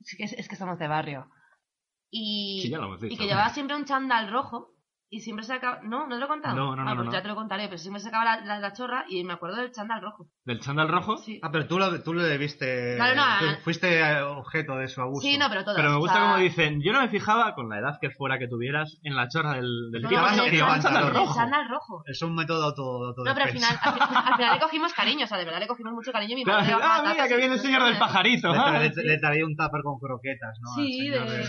A: Es que, es que somos de barrio. Y,
B: Sí, ya lo hemos
A: y
B: dicho.
A: que llevaba siempre un chándal rojo y siempre sacaba... No, no te lo he contado.
B: No, no, no,
A: Ah,
B: no,
A: pues
B: no.
A: Ya te lo contaré, pero siempre sacaba la, la, la chorra y me acuerdo del chándal rojo.
B: ¿Del chándal rojo?
A: Sí,
F: Ah, pero tú lo, tú lo viste.
A: Claro, no, ah.
F: tú fuiste eh, objeto de su abuso.
A: sí no, pero todas.
B: Pero me
A: o
B: gusta
A: sea,
B: como dicen, yo no me fijaba con la edad que fuera que tuvieras en la chorra del, del
A: no,
B: tío.
A: el
F: que vas-
B: No,
F: que
A: chándal-
F: lleva
B: llevaba un chándal
A: el
B: rojo.
A: chándal rojo.
F: Es un método de auto,
A: No, pero al final, al, fi- al final le cogimos cariño, o sea, de verdad le cogimos mucho cariño y mi
B: Claro,
A: madre le bajaba
B: ah, mira,
A: tapas
B: que
A: y-
B: viene el señor del pajarito.
F: Le,
B: ah,
F: tra- le,
B: sí.
F: le traía un tupper con croquetas, ¿no? Al
A: Sí,
F: señor
A: de...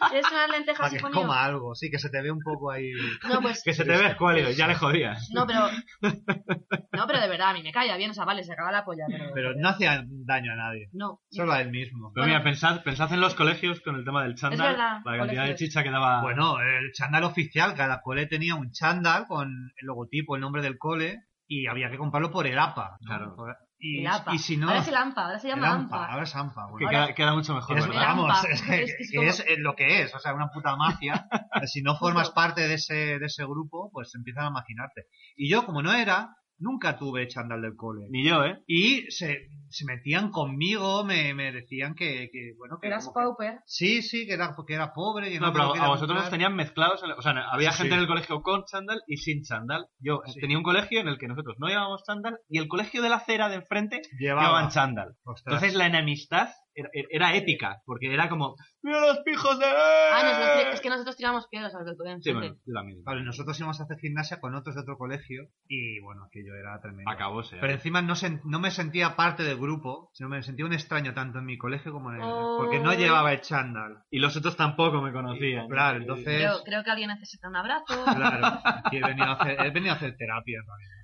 A: Ah,
F: de-
A: Es una lenteja
F: Para
A: así
F: que
A: ponido.
F: coma algo, sí, que se te ve un poco ahí.
A: No, pues
B: Que se te ve escuálido, ya le jodías.
A: No, pero. No, pero de verdad, a mí me caía bien, o sea, vale, se acaba la polla, pero.
F: Pero no hacía daño a nadie,
A: No.
F: solo a él mismo.
B: Pero mira, pensad, pensad en los colegios con el tema del chándal,
A: verdad,
B: la cantidad de
A: colegios.
B: chicha que daba.
F: Bueno, el chándal oficial, cada cole tenía un chándal con el logotipo, el nombre del cole, y había que comprarlo por el APA. ¿no?
B: Claro.
F: Por- Y,
A: El AMPA.
F: y si no,
A: Ahora es el AMPA, ahora se
F: el
A: llama
F: AMPA,
A: AMPA.
F: ahora es AMPA. bueno.
B: que
A: ahora-
B: queda, queda mucho mejor.
F: Es-
A: el
B: ¿verdad?
A: AMPA.
F: vamos, es, que-
A: Es que es
F: que
A: como-
F: es, eh, lo que es, o sea, una puta mafia. si no formas
A: Justo.
F: parte de ese, de ese grupo, pues empiezan a imaginarte. Y yo, como no era, nunca tuve chándal del cole.
B: Ni yo, ¿eh?
F: Y se, se metían conmigo, me, me decían que, que, bueno, que...
A: Eras
F: como que-
A: pauper.
F: Sí, sí, que era, que era pobre. Que
B: No, pero
F: podía
B: a vosotros os
F: comprar.
B: tenían mezclados. en- O sea, había
F: Sí,
B: gente
F: sí.
B: en el colegio con chándal y sin chándal. Yo
F: Sí.
B: tenía un colegio en el que nosotros no llevábamos chándal y el colegio de la acera de enfrente
F: Llevaba.
B: llevaban chándal.
F: Ostras.
B: Entonces la enemistad era, era épica, porque era como, ¡Mira los pijos de...
A: Ah, nosotros ti- es que nosotros tiramos piedras al balcón.
B: Sí, bueno, yo también.
F: Claro, y nosotros íbamos a hacer gimnasia con otros de otro colegio y bueno, aquello era tremendo.
B: Acabóse.
F: Pero encima no, sen- no me sentía parte del grupo, sino me sentía un extraño tanto en mi colegio como en el...
A: Oh.
F: Porque no llevaba el chándal.
B: Y los otros tampoco me conocían.
F: Claro, entonces...
A: Creo, creo que alguien necesita un abrazo.
F: Claro, y he venido a hacer, he venido a hacer terapia en realidad.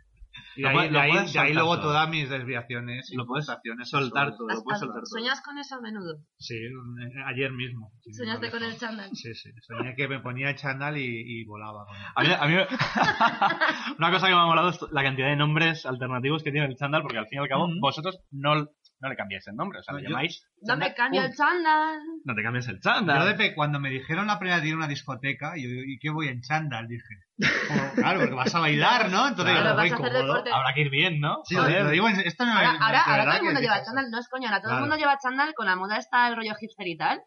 F: Y de
B: Lo
F: ahí,
B: puedes-
F: de
B: lo
F: ahí-
B: puedes
F: de ahí
B: soltar
F: luego
B: todo.
F: todas mis desviaciones. y
B: Lo puedes
F: frustraciones
B: soltar todo,
A: Has-
B: lo puedes
A: has-
B: soltar todo.
A: ¿Soñas con eso a menudo?
F: Sí, un- ayer mismo. sin ir
A: ¿Soñaste
F: más
A: con el
F: lejos.
A: chándal?
F: Sí, sí. Soñé que me ponía el chándal y, y volaba. con él.
B: A mí, a mí me- una cosa que me ha molado es la cantidad de nombres alternativos que tiene el chándal, porque al fin y al cabo
F: Ujú.
B: vosotros no, no le cambiáis el nombre, o sea,
F: No,
B: le
F: yo-
B: llamáis...
A: No me
B: chándal, uh.
A: cambio el
B: punto.
A: chándal.
B: No te cambies el
F: Yo
B: chándal.
F: de pe- cuando me dijeron la primera de ir a una discoteca, y yo, ¿y qué voy en chándal? Dije, "Oh, claro, porque vas a bailar, ¿no? Entonces
A: Claro,
F: yo voy
A: vas a hacer
F: cómodo.
A: deporte.
B: Habrá que ir bien, ¿no?
F: Sí, lo- lo digo, en- esto no
A: Ahora,
F: es-
A: ahora,
F: de
A: ahora
F: verdad
A: todo el
F: que
A: mundo lleva
F: dices,
A: chándal, no es coña, ahora todo
F: Claro.
A: el mundo lleva chándal, con la moda está el rollo hipster y tal.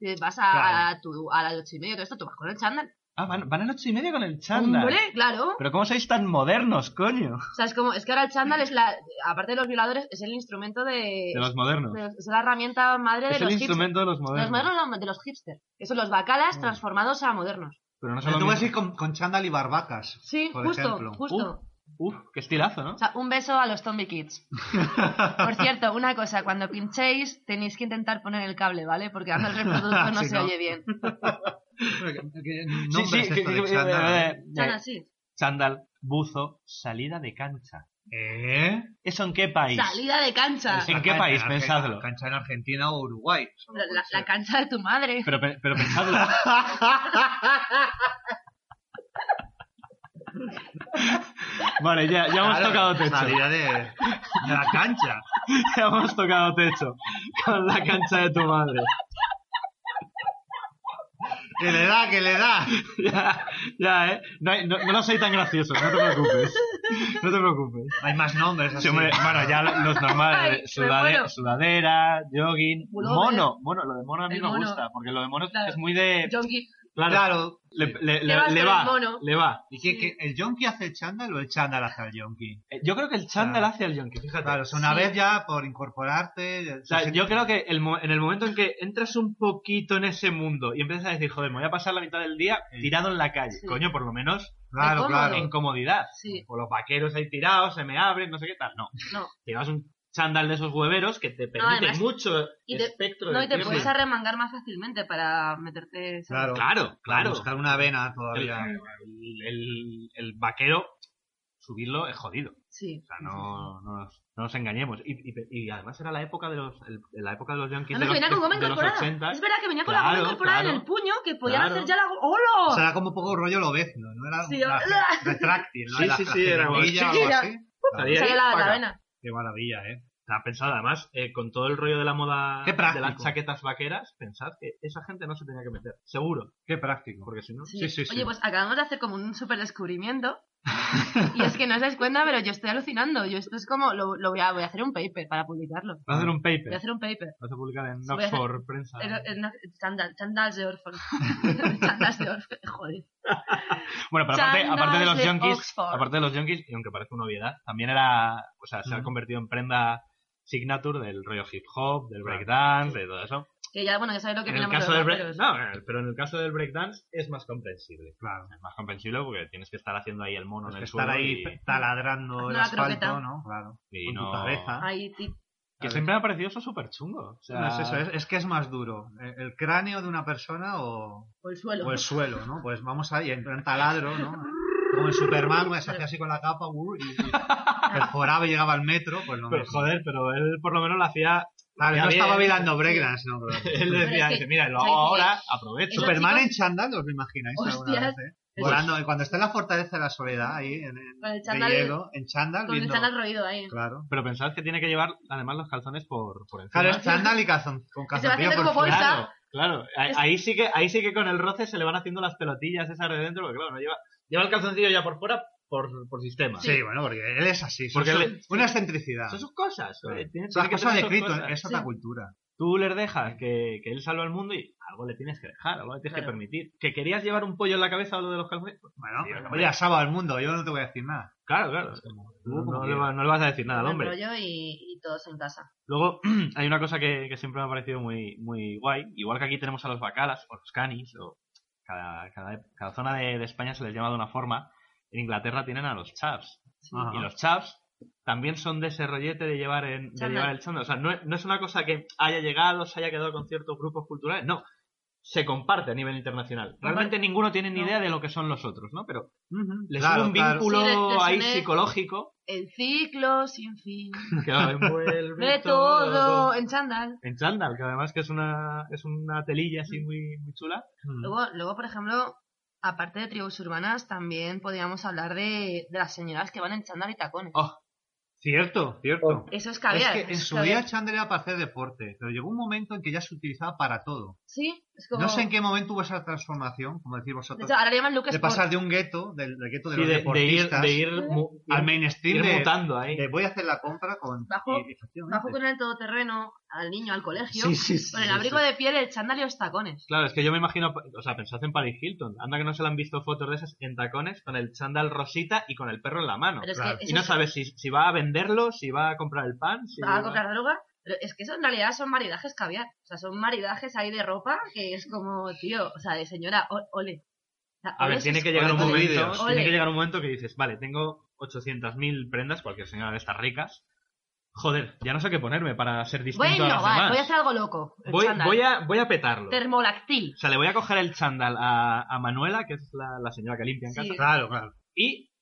A: Te Vas a,
F: Claro.
A: a tu, a las ocho y media, todo esto, tú vas con el chándal.
B: Ah, van, van a las ocho y media con el chándal.
A: Hombre, claro.
B: Pero ¿cómo sois tan modernos, coño?
A: O sea, es como, es que ahora el chándal es la, aparte de los violadores, es el instrumento de,
B: De los modernos.
A: de los- es la herramienta madre de
B: Es
A: los
B: el
A: hipsters.
B: instrumento de los
A: Los
B: modernos.
A: modernos no, de los hipsters, que son los bacalas transformados a modernos.
B: Pero no
F: Yo
B: solo
F: te voy a decir con, con chándal y barbacas.
A: Sí,
F: por
A: justo,
F: ejemplo.
A: justo.
B: Uh. Uf, qué estilazo, ¿no?
A: O sea, un beso a los Zombie Kids. Por cierto, una cosa, cuando pinchéis tenéis que intentar poner el cable, ¿vale? Porque ahora el reproductor no
F: Sí,
A: se
F: no.
A: oye bien.
F: Que- que nombres
B: que-
F: esto de
B: que-
F: chándal,
B: eh,
F: ¿eh?
B: eh,
A: Son así.
B: chándal, buzo, salida de cancha.
F: ¿Eh?
B: ¿Eso en qué país?
A: Salida de cancha.
B: ¿En qué
F: Cancha
B: país?
F: Arge-
B: Pensadlo.
F: Cancha en Argentina o Uruguay. solo
A: La,
F: puede
A: la-
F: ser.
A: la cancha de tu madre.
B: Pero, pe- pero pensadlo. vale, ya, ya hemos
F: Claro,
B: tocado techo.
F: Salida de, de la cancha.
B: Ya hemos tocado techo. Con la cancha de tu madre.
F: Que le da, que le da.
B: Ya, ya, ¿eh? No, hay- no, no lo soy tan gracioso, no te preocupes. No te preocupes.
F: Hay más nombres así.
B: Sí, hombre, bueno, ya los normales,
A: Ay, me
B: sudadera,
A: muero.
B: sudadera, jogging,
A: Pullover.
B: mono, mono, lo de mono a mí
A: El
B: me
A: mono.
B: gusta, porque lo de mono es-
A: Claro.
B: es muy de...
A: Yonki.
B: Claro,
F: Claro.
B: le, le-
A: Te
B: le-
A: vas
B: le
A: con
B: va,
A: el mono.
B: le va.
F: ¿Y qué, qué- el yonki hace el chándal o el chándal hace el yonki?
B: Eh, Yo creo que el chándal
F: Claro.
B: hace al yonki, fíjate.
F: Claro, o sea, una
A: Sí.
F: vez ya por incorporarte.
B: O sea, yo creo que el mo- en el momento en que entras un poquito en ese mundo y empiezas a decir, joder, me voy a pasar la mitad del día tirado en la calle,
A: Sí.
B: coño, por lo menos
F: Claro,
A: cómodo.
F: claro.
B: en comodidad.
A: Sí,
B: O los vaqueros ahí tirados, se me abren, no sé qué tal. No,
A: no.
B: te llevas un chándal de esos hueveros que te permite
A: además-
B: mucho
A: y te-
B: espectro
A: No,
B: de
A: y te
B: tiempo.
A: puedes arremangar más fácilmente para meterte.
F: Claro,
B: Claro,
F: Para
B: claro.
F: Buscar una vena
B: El,
F: todavía.
B: el- el vaquero, subirlo es jodido.
A: Sí. Ah,
B: O sea, no, no, nos, no nos engañemos. Y, y- y además era la época de los, el- la época de los Yankees de
A: Además
B: los,
A: que venía con goma
B: de los
A: incorporada.
B: 80.
A: Es verdad que venía con la
B: Claro,
A: goma incorporada en
B: claro.
A: el puño que podían
B: Claro.
A: hacer ya la goma. ¡Hola!
F: O sea, era como un poco rollo lobezno, ¿no? Era
A: Sí, hola.
F: una- retráctil, ¿no?
B: Sí,
F: La-
B: sí,
F: la
B: sí, era como-
F: jeringuilla o algo
A: Sí, era-
F: así.
B: Salía
A: Sale
B: ahí,
A: la, la
B: paca.
A: vena.
B: Qué maravilla, ¿eh? O sea, pensad, además, eh, con todo el rollo de la moda
F: Qué
B: de
F: práctico.
B: las chaquetas vaqueras, pensad que esa gente no se tenía que meter, seguro.
F: Qué práctico.
B: Porque si no...
A: Sí. Oye, pues acabamos de hacer como un súper descubrimiento. y es que no os dais cuenta, pero yo estoy alucinando. Yo esto es como, lo, lo voy, a, voy a hacer un paper para publicarlo.
B: Va a hacer un
A: Voy a
B: paper.
A: hacer un paper.
B: Vas a publicar en
A: Voy a hacer-
B: Oxford Prensa.
A: Eh, eh, no, chándal- Chándals de Orford. chándals de Orford, joder.
B: Bueno, pero aparte,
A: Chándal
B: aparte de los
A: de
B: yonkis,
A: Oxford.
B: aparte de los yonkis, y aunque parece una obviedad, también era, o sea, se ha
F: Ujú.
B: convertido en prenda signature del rollo hip hop, del breakdance, de todo eso.
A: Que ya, bueno, ya sabéis lo que
B: En el
A: opinamos
B: caso
A: de
B: del
A: los
B: break,
A: raperos.
B: no, pero en el caso del breakdance es más comprensible.
F: Claro.
B: Es más comprensible porque tienes que estar haciendo ahí el mono
F: Pues
B: en
F: que
B: el
F: estar
B: suelo
F: ahí
B: y-
F: taladrando el
A: Una
F: asfalto,
A: croqueta.
F: ¿no? Claro.
B: y,
F: con tu
B: no-
F: cabeza.
A: Ahí, ti-
B: Que siempre me ha parecido eso súper chungo. O sea,
F: No es eso, es, es que es más duro. ¿El, el cráneo de una persona o,
A: o el suelo.
F: o el suelo, no? Pues vamos ahí, en plan taladro, ¿no? Como en Superman, que se hacía así con la capa, uh, y, y perforaba y llegaba al metro, pues lo
B: Pero
F: mismo.
B: joder, pero él por lo menos lo hacía.
F: Claro,
B: ya
F: no
B: bien.
F: estaba bailando breakdance, ¿no? Pero-
B: Él
A: Pero
B: decía,
A: es que-
B: dice, mira, lo
A: o sea,
B: hago
A: que-
B: ahora, aprovecho.
A: Los
F: Superman
A: chicos-
F: en chándal, ¿os lo imagináis alguna
A: Hostias.
F: vez? eh? Volando, y cuando está en la fortaleza de la soledad, ahí, en, en-
A: Con el
F: de
A: chándal-
F: hielo, en chándal,
A: Con el
F: viendo-
A: chándal roído ahí.
F: Claro.
B: Pero pensad que tiene que llevar además los calzones por, por encima.
F: Claro, es chándal y calzón, con
A: se va
F: calzoncillo
A: haciendo
F: por
A: como
F: fuera.
A: bolsa.
B: Claro, claro. A- Ahí, sí que, ahí sí que con el roce se le van haciendo las pelotillas esas de dentro, porque claro, no lleva, lleva el calzoncillo ya por fuera por, por sistema.
F: Sí, bueno, porque él es así. son-
B: Porque él-
F: son- Una excentricidad.
B: Son sus cosas.
F: Claro.
B: eh, tiene-
F: Son
B: tiene que
F: cosas de
B: tener sus
F: escrito,
B: cosas.
F: es otra
A: Sí.
F: cultura.
B: Tú les dejas que, que él salva al mundo y algo le tienes que dejar, algo le tienes que
A: Claro.
B: permitir. ¿Que querías llevar un pollo en la cabeza o lo de los calzones? Pues,
F: Bueno,
B: Sí, hombre.
F: oye, ha salvado al mundo, yo no te voy a decir nada.
B: claro, claro. No,
F: como
B: no le
F: quieras.
B: va- no le vas a decir nada al
A: Buen
B: hombre.
A: rollo y, y todos en casa.
B: Luego hay una cosa que, que siempre me ha parecido muy, muy guay. Igual que aquí tenemos a los bacalas o los canis, o cada, cada, cada zona de, de España se les llama de una forma. En Inglaterra tienen a los chaps.
F: Ajá.
B: Y los chaps también son de ese rollete de llevar, en, de
A: Chándal.
B: llevar el chándal. O sea, no, es- no es una cosa que haya llegado, se haya quedado con ciertos grupos culturales. No, se comparte a nivel internacional. Realmente ninguno tiene ni
A: No.
B: idea de lo que son los otros, ¿no? Pero
F: Ujú,
B: les
F: claro,
B: une un
F: claro.
B: vínculo
A: Sí, les- les
B: ahí
A: une-
B: psicológico
A: El ciclo sin fin.
B: que lo envuelve
A: De todo en chándal.
B: en chándal, que además que es una, es una telilla
A: Mm.
B: así muy, muy chula.
F: Mm.
A: Luego, luego, por ejemplo, aparte de tribus urbanas, también podríamos hablar de, de las señoras que van en chándal y tacones.
B: Oh,
F: Cierto, cierto.
A: Eso es
F: Ah, Es
A: caviar. eso
F: que
A: Oh.
F: en
A: es
F: su
A: caviar.
F: día Chandler era para hacer deporte, pero llegó un momento en que ya se utilizaba para todo.
A: Sí, es como...
F: No sé en qué momento hubo esa transformación, como decís
A: De
F: vosotros,
A: hecho, ahora le llaman Luke
F: de
A: Sport.
F: pasar de un gueto, del, del gueto de
B: Sí,
F: los
B: de, de ir,
F: deportistas,
B: de ir mu-
F: al
B: ir-
F: mainstream
B: ir
F: de-
B: mutando ahí.
F: de voy a hacer la compra con...
A: Bajo-
F: y- efectivamente.
A: Bajo con el todoterreno, al niño, al colegio,
F: Sí, sí, sí,
A: con el
F: sí,
A: abrigo
F: sí.
A: de este piel, el chándal y los tacones.
B: Claro, es que yo me imagino, o sea, pensad en Paris Hilton. Anda que no se le han visto fotos de esas en tacones con el chándal rosita y con el perro en la mano.
A: Pero es
F: claro.
A: que
B: Y
A: eso
B: no
A: es-
B: sabes si, si va a venderlo, si va a comprar el pan, si
A: va a comprar droga, pero es que eso en realidad son maridajes caviar. O sea, son maridajes ahí de ropa que es como, tío, o sea, de señora, o- ole. O sea,
B: A
A: ole
B: ver,
A: sus-
B: tiene que llegar un
F: con
B: momento,
F: vídeos.
B: tiene
A: Ole.
B: que llegar un momento que dices, vale, tengo 800.000 prendas, cualquier señora de estas ricas. Joder, ya no sé qué ponerme para ser
A: Voy a
B: distinto a las
A: innovar,
B: demás.
A: voy a hacer algo loco. el
B: Voy-
A: chándal.
B: voy a, voy a petarlo.
A: Termolactil.
B: O sea, le voy a coger el chándal a, a Manuela, que es la, la señora que limpia en
A: Sí.
B: casa,
F: Claro, claro.
B: y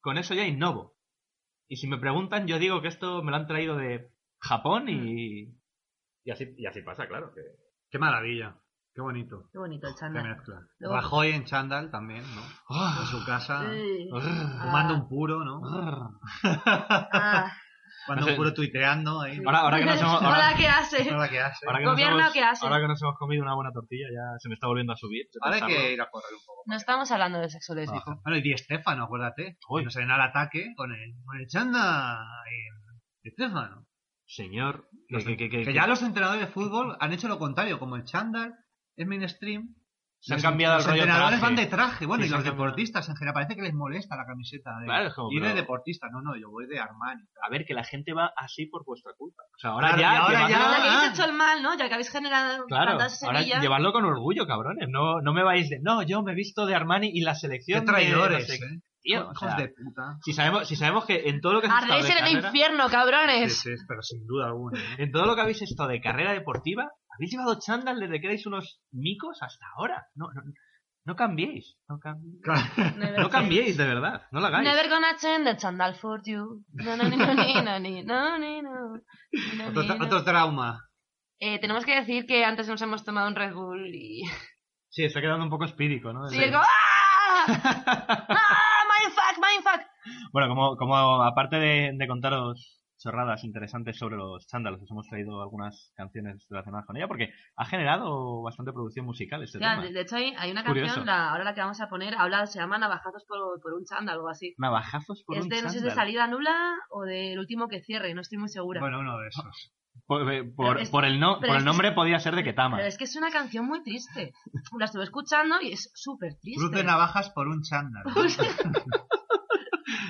B: con eso ya innovo. Y si me preguntan, yo digo que esto me lo han traído de Japón y. Y así, y así pasa, claro. que-
F: Mm. Qué maravilla, qué bonito.
A: Qué bonito el
F: Qué
A: chándal.
F: mezcla.
A: Luego-
F: Rajoy en chándal también, ¿no?
B: ¡Ah!
F: En su casa,
A: Sí.
F: fumando un puro, ¿no?
B: Ahora,
A: Ah,
F: Fumando un puro tuiteando ahí.
B: ahora que nos hemos, ahora-
A: Hola, ¿qué hace?
F: No la que hace.
B: ahora que nos
A: Gobierno,
B: hemos-
A: ¿qué hace?
B: ahora que nos hemos comido una buena tortilla, ya se me está volviendo a subir. de
F: Ahora hay
B: pensarlo.
F: que ir a correr un poco.
A: No estamos hablando de sexo lésbico.
B: Ah.
F: Bueno, y Di Stefano, acuérdate.
B: Uy.
F: Hoy nos salen al ataque con el, con el chándal y Di Stefano.
B: Señor, que,
F: Los-
B: que- que- que-
F: ya los entrenadores de fútbol han hecho lo contrario, como el chándal es mainstream.
B: se han
F: los-
B: cambiado el
F: los
B: rollo
F: entrenadores
B: traje.
F: van de traje, bueno,
B: Sí,
F: y
B: se
F: los
B: han cambiado.
F: deportistas en general parece que les molesta la camiseta de
B: Claro, es como,
F: ir de
B: pero-
F: deportista, no, no, yo voy de Armani.
B: A ver, que la gente va así por vuestra culpa. O sea, ahora
F: Claro,
B: ya.
F: y
B: llevadlo-
F: ahora ya-
A: Ya que
F: ah.
A: habéis hecho el mal, ¿no? Ya que habéis generado
B: Claro,
A: tantas
B: ahora
A: semillas.
B: llevadlo con orgullo, cabrones. No, no me vais de. No, yo me he visto de Armani y la selección.
F: Qué traidores,
B: de no sé qué".
F: eh.
B: Tío,
F: Hijos
B: o sea,
F: de puta.
B: si, sabemos, si sabemos que en todo lo que has estado
A: Ardéis
B: de
A: en el
B: carrera-
A: infierno, cabrones.
F: Sí, sí, pero sin duda alguna. ¿eh? ¿no?
B: en todo lo que habéis estado de carrera deportiva, habéis llevado chándal desde que erais unos micos hasta ahora. No, no, no cambiéis. No, cam-
F: Claro.
A: Never
B: no cambiéis, de verdad. No lo hagáis.
A: Never gonna change the sandal for you. No, no, no, no, no, no, no, no, no, no,
F: otro,
A: no,
F: tra-
A: no.
F: otro trauma.
A: Eh, tenemos que decir que antes nos hemos tomado un Red Bull y...
B: Sí, está quedando un poco espírico, ¿no?
A: y es como, ¡Ah! ¡Ah! ¡Mindfuck, mindfuck!
B: Bueno, como, como aparte de, de contaros chorradas interesantes sobre los chándalos, os hemos traído algunas canciones relacionadas con ella, porque ha generado bastante producción musical este
A: Ya,
B: tema.
A: de, de hecho, hay, hay una
B: Curioso.
A: canción, la, ahora la que vamos a poner, habla, se llama Navajazos por, por un chándal o algo así.
B: Navajazos por
A: es
B: un
A: de, Este no sé si es de
B: chándal.
A: salida nula o del último que cierre, no estoy muy segura.
F: Bueno, uno de esos.
B: Por, eh, por-
A: Pero es-
B: por el, no,
A: pero
B: por el
A: es-
B: nombre podía ser de Ketama.
A: Pero es que es una canción muy triste. La estuve escuchando y es súper
F: Cruz
A: triste.
F: de navajas por un chándal.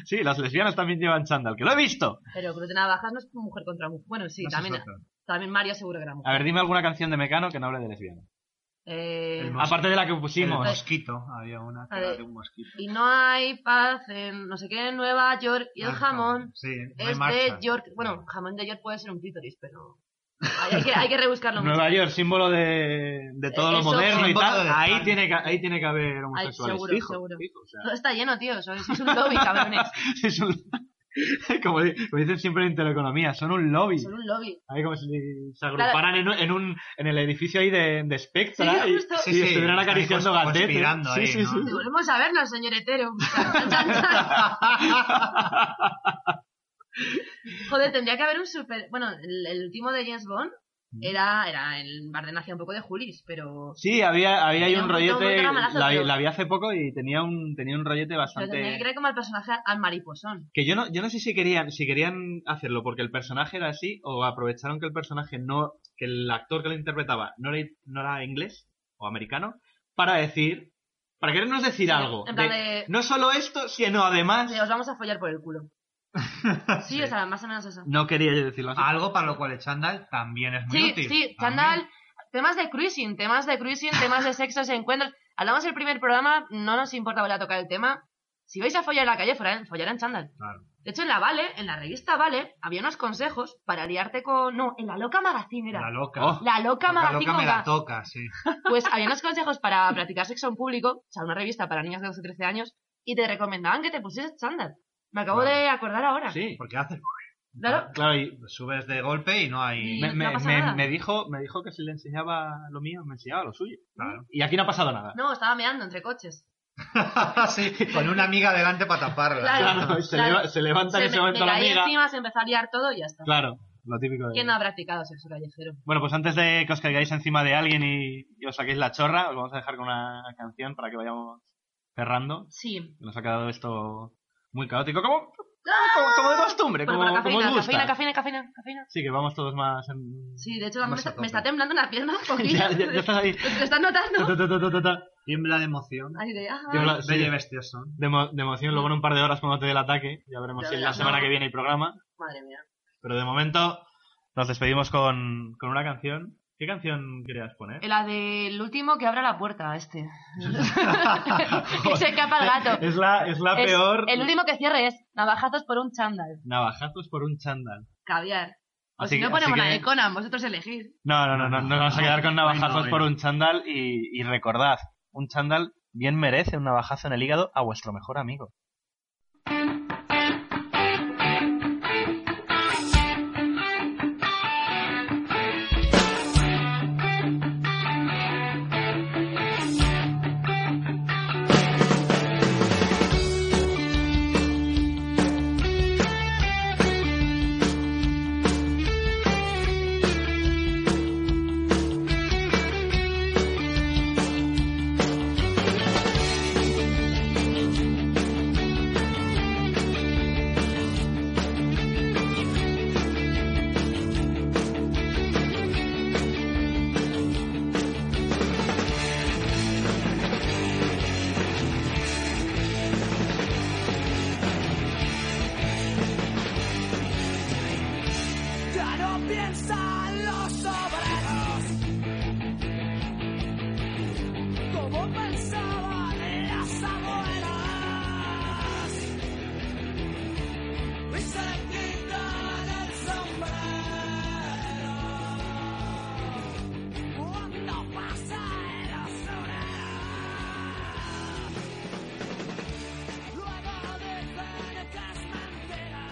B: Sí, las lesbianas también llevan chándal, que lo he visto.
A: Pero Cruz de Navajas no es mujer contra mujer. Bueno, sí,
F: No sé,
A: también,
F: es Ah, otro.
A: también María seguro que era mujer.
B: A ver, dime alguna canción de Mecano que no hable de lesbiana.
A: Eh,
F: El mos-
B: Aparte de la que
F: el
B: pusimos.
F: mosquito. Había una que
A: A
F: era
A: ver.
F: de un mosquito.
A: y no hay paz en no sé qué, en Nueva York. Y el
F: Ah,
A: jamón
F: Sí, no hay
A: es de
F: marcha.
A: York. Bueno, jamón de York puede ser un clítoris, pero hay, hay que, hay que rebuscarlo mucho.
B: Nueva York, símbolo de, de todo lo
A: Eso,
B: moderno y
F: símbolo
B: tal.
F: de-
B: Ahí tiene, que, ahí tiene que haber homosexuales.
A: seguro,
B: fijo,
A: seguro.
B: fijo, o sea.
A: Todo está lleno, tío. Sois, sois un lobby, cabrones.
B: Es un- como, di- como dicen siempre en teleeconomía, son un lobby.
A: Son un lobby.
B: Ahí como si se agruparan en, un- en, un, en el edificio ahí de, de Spectra
A: Sí,
B: y,
A: justo.
B: y
F: Sí, sí,
B: estuvieran
F: están
B: acariciando
F: cons-
B: gatetes.
F: conspirando
B: Sí,
F: ahí,
B: sí,
F: ¿no?
B: sí.
A: Y volvemos a vernos, señor hetero. Joder, tendría que haber un super. Bueno, el, el último de James Bond era, era el Bardem hacía un poco de Julis, pero
B: Sí, había, había ahí
A: Tenía
B: un
A: un montón de
B: rollete,
A: ramalazos,
B: la, vi-
A: pero-
B: la vi hace poco y tenía un, tenía un rollete
A: pero tenía que
B: bastante...
A: creer como al personaje al mariposón.
B: Que yo no, yo no sé si querían, si querían hacerlo porque el personaje era así o aprovecharon que el personaje no, que el actor que lo interpretaba no era, no era inglés o americano para decir, para querernos decir algo.
A: En plan
B: de-
A: de-
B: No solo esto, sino además...
A: de, os vamos a follar por el culo. Sí, o sea, más o menos eso.
B: No quería yo decirlo así.
F: Algo para lo cual el chándal también es muy
A: Sí,
F: útil.
A: sí,
F: También.
A: Chandal, temas de cruising, temas de cruising, temas de sexos y encuentros. Hablamos el primer programa, no nos importa volver a tocar el tema. Si vais a follar en la calle, follar en- follar en Chandal.
F: Claro.
A: De hecho, en la Vale, en la revista Vale, había unos consejos para liarte con... No, en la Loca Magazine era.
F: La loca.
B: Oh.
A: La Loca
F: la
A: Magazine
F: loca
A: con
F: me la
A: K.
F: toca, sí.
A: Pues había unos consejos para practicar sexo en público, o sea, una revista para niñas de 12 o 13 años, y te recomendaban que te pusieras chándal. Me acabo
F: Claro.
A: de acordar ahora.
B: Sí,
F: Porque haces.
A: Claro.
B: claro, y
F: Subes de golpe y no hay.
A: Y-
B: me,
A: no
B: me-
A: pasa
B: me-
A: nada.
B: me dijo, me dijo que si le enseñaba lo mío, me enseñaba lo suyo.
F: Claro.
B: Y aquí no ha pasado nada.
A: No, estaba meando entre coches.
F: Sí, con una amiga delante para taparla.
A: Claro.
B: Claro, se,
A: claro.
B: leva- se levanta en
A: Se
B: ese
A: me, me
B: momento la
A: caí
B: amiga.
A: encima, se empezó a liar todo y ya está.
B: Claro, lo típico de...
A: ¿Quién no ha practicado sexo callejero?
B: Bueno, pues antes de que os caigáis encima de alguien y, y os saquéis la chorra, os vamos a dejar con una canción para que vayamos cerrando.
A: Sí.
B: que Nos ha quedado esto muy caótico, como, como, como de costumbre,
A: Bueno,
B: como,
A: pero
B: como
A: cafeína,
B: os
A: cafeína,
B: gusta.
A: cafeína, cafeína, cafeína.
B: Sí, que vamos todos más... en-
A: Sí, de hecho, a mí me
F: Vamos a
A: está,
F: tope.
A: me está temblando la pierna un poquito.
B: ya, ya- ya estás ahí.
A: ¿Lo estás notando?
B: Ta, ta, ta, ta, ta, ta.
F: Tiembla de emoción.
A: Ay, de, ah,
B: Tiembla- sí.
F: Bella y bestioso.
B: De, mo- de emoción, luego en un par de horas cuando te dé el ataque, ya veremos
A: Ya
B: si es
A: verás,
B: la semana
A: ¿no?
B: que viene el programa.
A: madre mía.
B: Pero de momento nos despedimos con, con una canción. ¿Qué canción querías poner?
A: Eh, La del último que abra la puerta, este. que se escapa el gato.
B: Es la, es la
A: Es-
B: peor.
A: El último que cierre es navajazos por un chándal.
B: Navajazos por un chándal.
A: Caviar. O pues si
B: que-
A: no ponemos
B: que-
A: la de Conan, vosotros elegís.
B: No, no, no, no, nos vamos a quedar con
F: Ay, no,
B: navajazos
F: ay,
B: por
F: no.
B: un chándal y, y recordad, un chándal bien merece un navajazo en el hígado a vuestro mejor amigo.
G: Ya no piensan los obreros como pensaban las abuelas y se quitan el sombrero cuando pasa el azul. Luego dicen que es mentira.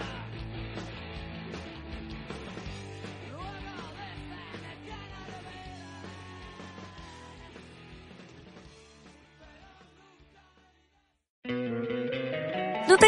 H: ¿No te